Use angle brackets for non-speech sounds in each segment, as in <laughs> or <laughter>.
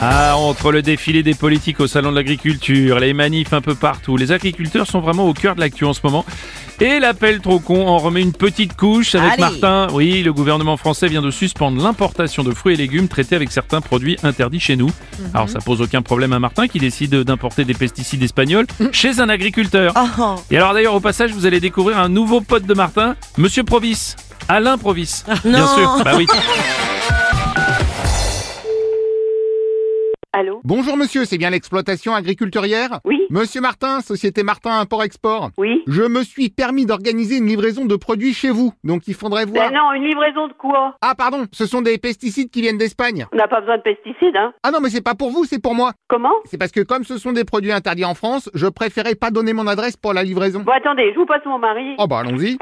Ah, entre le défilé des politiques au salon de l'agriculture, les manifs un peu partout, les agriculteurs sont vraiment au cœur de l'actu en ce moment. Et l'appel trop con en remet une petite couche avec Allez. Martin. Oui, le gouvernement français vient de suspendre l'importation de fruits et légumes traités avec certains produits interdits chez nous. Alors ça pose aucun problème à Martin qui décide d'importer des pesticides espagnols chez un agriculteur. Et alors d'ailleurs au passage vous allez découvrir un nouveau pote de Martin, Monsieur Provis. Alain Provis. Bien sûr, bah oui. Allô Bonjour monsieur, c'est bien l'exploitation agriculturière Oui Monsieur Martin, société Martin Import-Export. Oui Je me suis permis d'organiser une livraison de produits chez vous, donc il faudrait voir... Ben non, une livraison de quoi Ah pardon, ce sont des pesticides qui viennent d'Espagne. On n'a pas besoin de pesticides, hein Ah non mais c'est pas pour vous, c'est pour moi. Comment C'est parce que comme ce sont des produits interdits en France, je préférais pas donner mon adresse pour la livraison. Bon, attendez, je vous passe mon mari. Oh bah allons-y.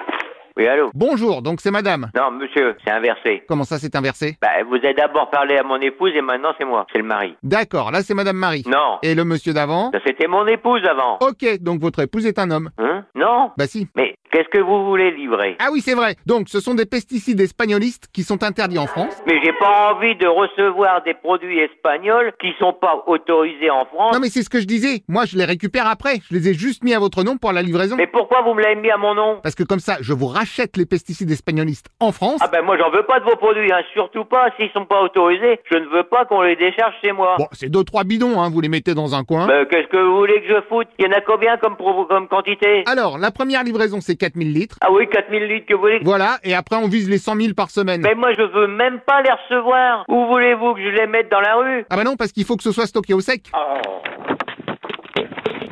Oui, allô Bonjour, donc c'est madame. Non, monsieur, c'est inversé. Comment ça c'est inversé Bah, vous avez d'abord parlé à mon épouse et maintenant c'est moi, c'est le mari. D'accord, là c'est Madame Marie. Non, Et le monsieur d'avant ça, c'était mon épouse avant. Ok, donc votre épouse est un homme. Hein Non Bah si. Mais qu'est-ce que vous voulez livrer Ah oui, c'est vrai. Donc ce sont des pesticides espagnolistes qui sont interdits en France. Mais j'ai pas envie de recevoir des produits espagnols qui sont pas autorisés en France. Non mais c'est ce que je disais. Moi je les récupère après. Je les ai juste mis à votre nom pour la livraison. Mais pourquoi vous me l'avez mis à mon nom Parce que comme ça, je vous rachète les pesticides espagnolistes en France. Ah ben moi j'en veux pas de vos produits, hein. surtout pas s'ils sont pas autorisés. Je ne veux pas qu'on les décharge chez moi. Bon, c'est deux trois bidons, hein. Vous les mettez dans un coin. Ben, qu'est-ce que vous voulez que je foute Il y en a combien comme, pro- comme quantité Alors la première livraison c'est 4000 litres. Ah oui, 4000 litres que vous voulez Voilà. Et après on vise les 100 000 par semaine. Mais moi, je veux même pas les recevoir. Où voulez-vous que je les mette dans la rue Ah bah non, parce qu'il faut que ce soit stocké au sec.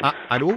Ah, allô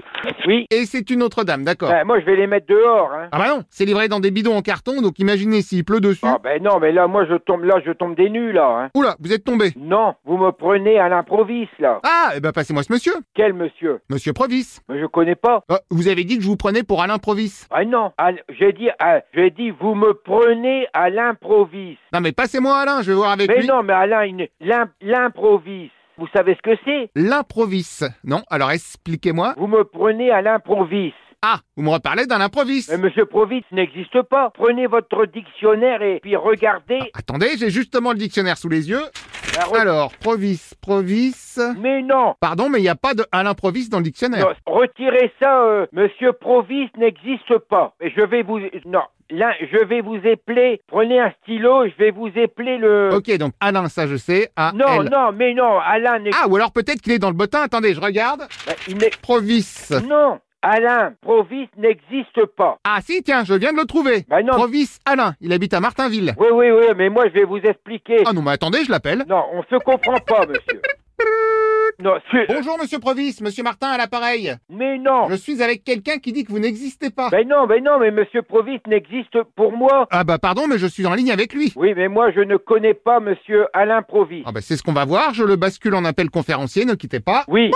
Oui. Et c'est une autre dame, d'accord. Ben, moi, je vais les mettre dehors. Hein. Ah bah non, c'est livré dans des bidons en carton, donc imaginez s'il pleut dessus. Ah ben non, mais là, moi, je tombe, là, je tombe des nues, là. Hein. Oula, vous êtes tombé. Non, vous me prenez à l'improviste, là. Ah, eh ben passez-moi ce monsieur, Quel monsieur monsieur Provis. Mais Je connais pas. Euh, vous avez dit que je vous prenais pour Alain Provis. Ah non, Ah, j'ai dit, ah, j'ai dit, vous me prenez à l'improviste. Non mais passez-moi Alain, je vais voir avec Mais lui. non, mais Alain, une- l'im- l'improviste, vous savez ce que c'est L'improvis. Non, alors expliquez-moi. Vous me prenez à l'improviste. Ah, vous me reparlez d'un improvis. Mais Monsieur Provis n'existe pas. Prenez votre dictionnaire et puis regardez. Ah, Attendez, j'ai justement le dictionnaire sous les yeux. la re- Alors, Provis, Provis... Mais non, Pardon, mais il n'y a pas de Alain Provis dans le dictionnaire. Non, retirez ça, euh, Monsieur Provis n'existe pas. Et je vais vous, non, là, je vais vous épeler. Prenez un stylo, je vais vous épeler le. Ok, donc Alain, ça je sais. A euh. Non, L. non, mais non, Alain n'ex- Ah, ou alors peut-être qu'il est dans le bottin. Attendez, je regarde. bah, il n'ex- Provis. Non, Alain Provis n'existe pas. Ah si, tiens, je viens de le trouver. Bah non. Provis Alain, il habite à Martinville. Oui, oui, oui, mais moi je vais vous expliquer. Ah non, mais attendez, je l'appelle. Non, on se comprend pas, <laughs> monsieur. Non, c'est- Bonjour Monsieur Provis, Monsieur Martin à l'appareil. mais non. Je suis avec quelqu'un qui dit que vous n'existez pas. Mais Ben non, mais non, mais Monsieur Provis n'existe pour moi. Ah bah pardon, mais je suis en ligne avec lui. Oui, mais moi je ne connais pas Monsieur Alain Provis. Ah bah c'est ce qu'on va voir, je le bascule en appel conférencier, ne quittez pas. Oui,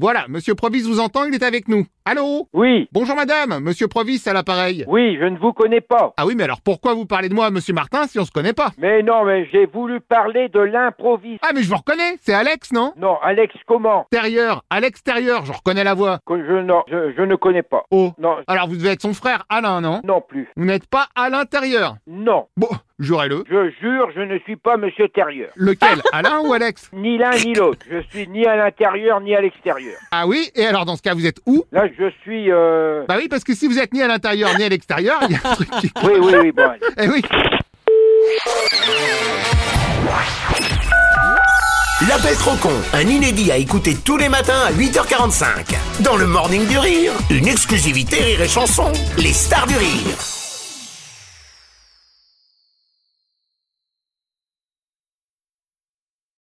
Voilà, Monsieur Provis vous entend, il est avec nous. Allô oui, Bonjour madame, Monsieur Provis à l'appareil. oui, je ne vous connais pas. Ah oui, mais alors pourquoi vous parlez de moi, Monsieur Martin, si on se connaît pas Mais non, mais j'ai voulu parler de l'improviste. Ah mais je vous reconnais, c'est Alex, non Non, Alex, comment Extérieur, à l'extérieur, je reconnais la voix. Que je, non, je, je ne connais pas. Oh. Non, Alors vous devez être son frère Alain, non non plus. Vous n'êtes pas à l'intérieur. Non, Bon, jurez-le. je jure, je ne suis pas Monsieur Terrieur. Lequel Alain ou Alex Ni l'un ni l'autre. Je suis ni à l'intérieur ni à l'extérieur. Ah oui, et alors dans ce cas, vous êtes où Là, je suis. Euh... Bah oui, parce que si vous êtes ni à l'intérieur ni à l'extérieur, il y a un truc qui... Oui, oui, oui, bon. allez. Eh oui L'appel trop con, un inédit à écouter tous les matins à 8h45. Dans le Morning du Rire, une exclusivité Rire et Chanson, les stars du rire.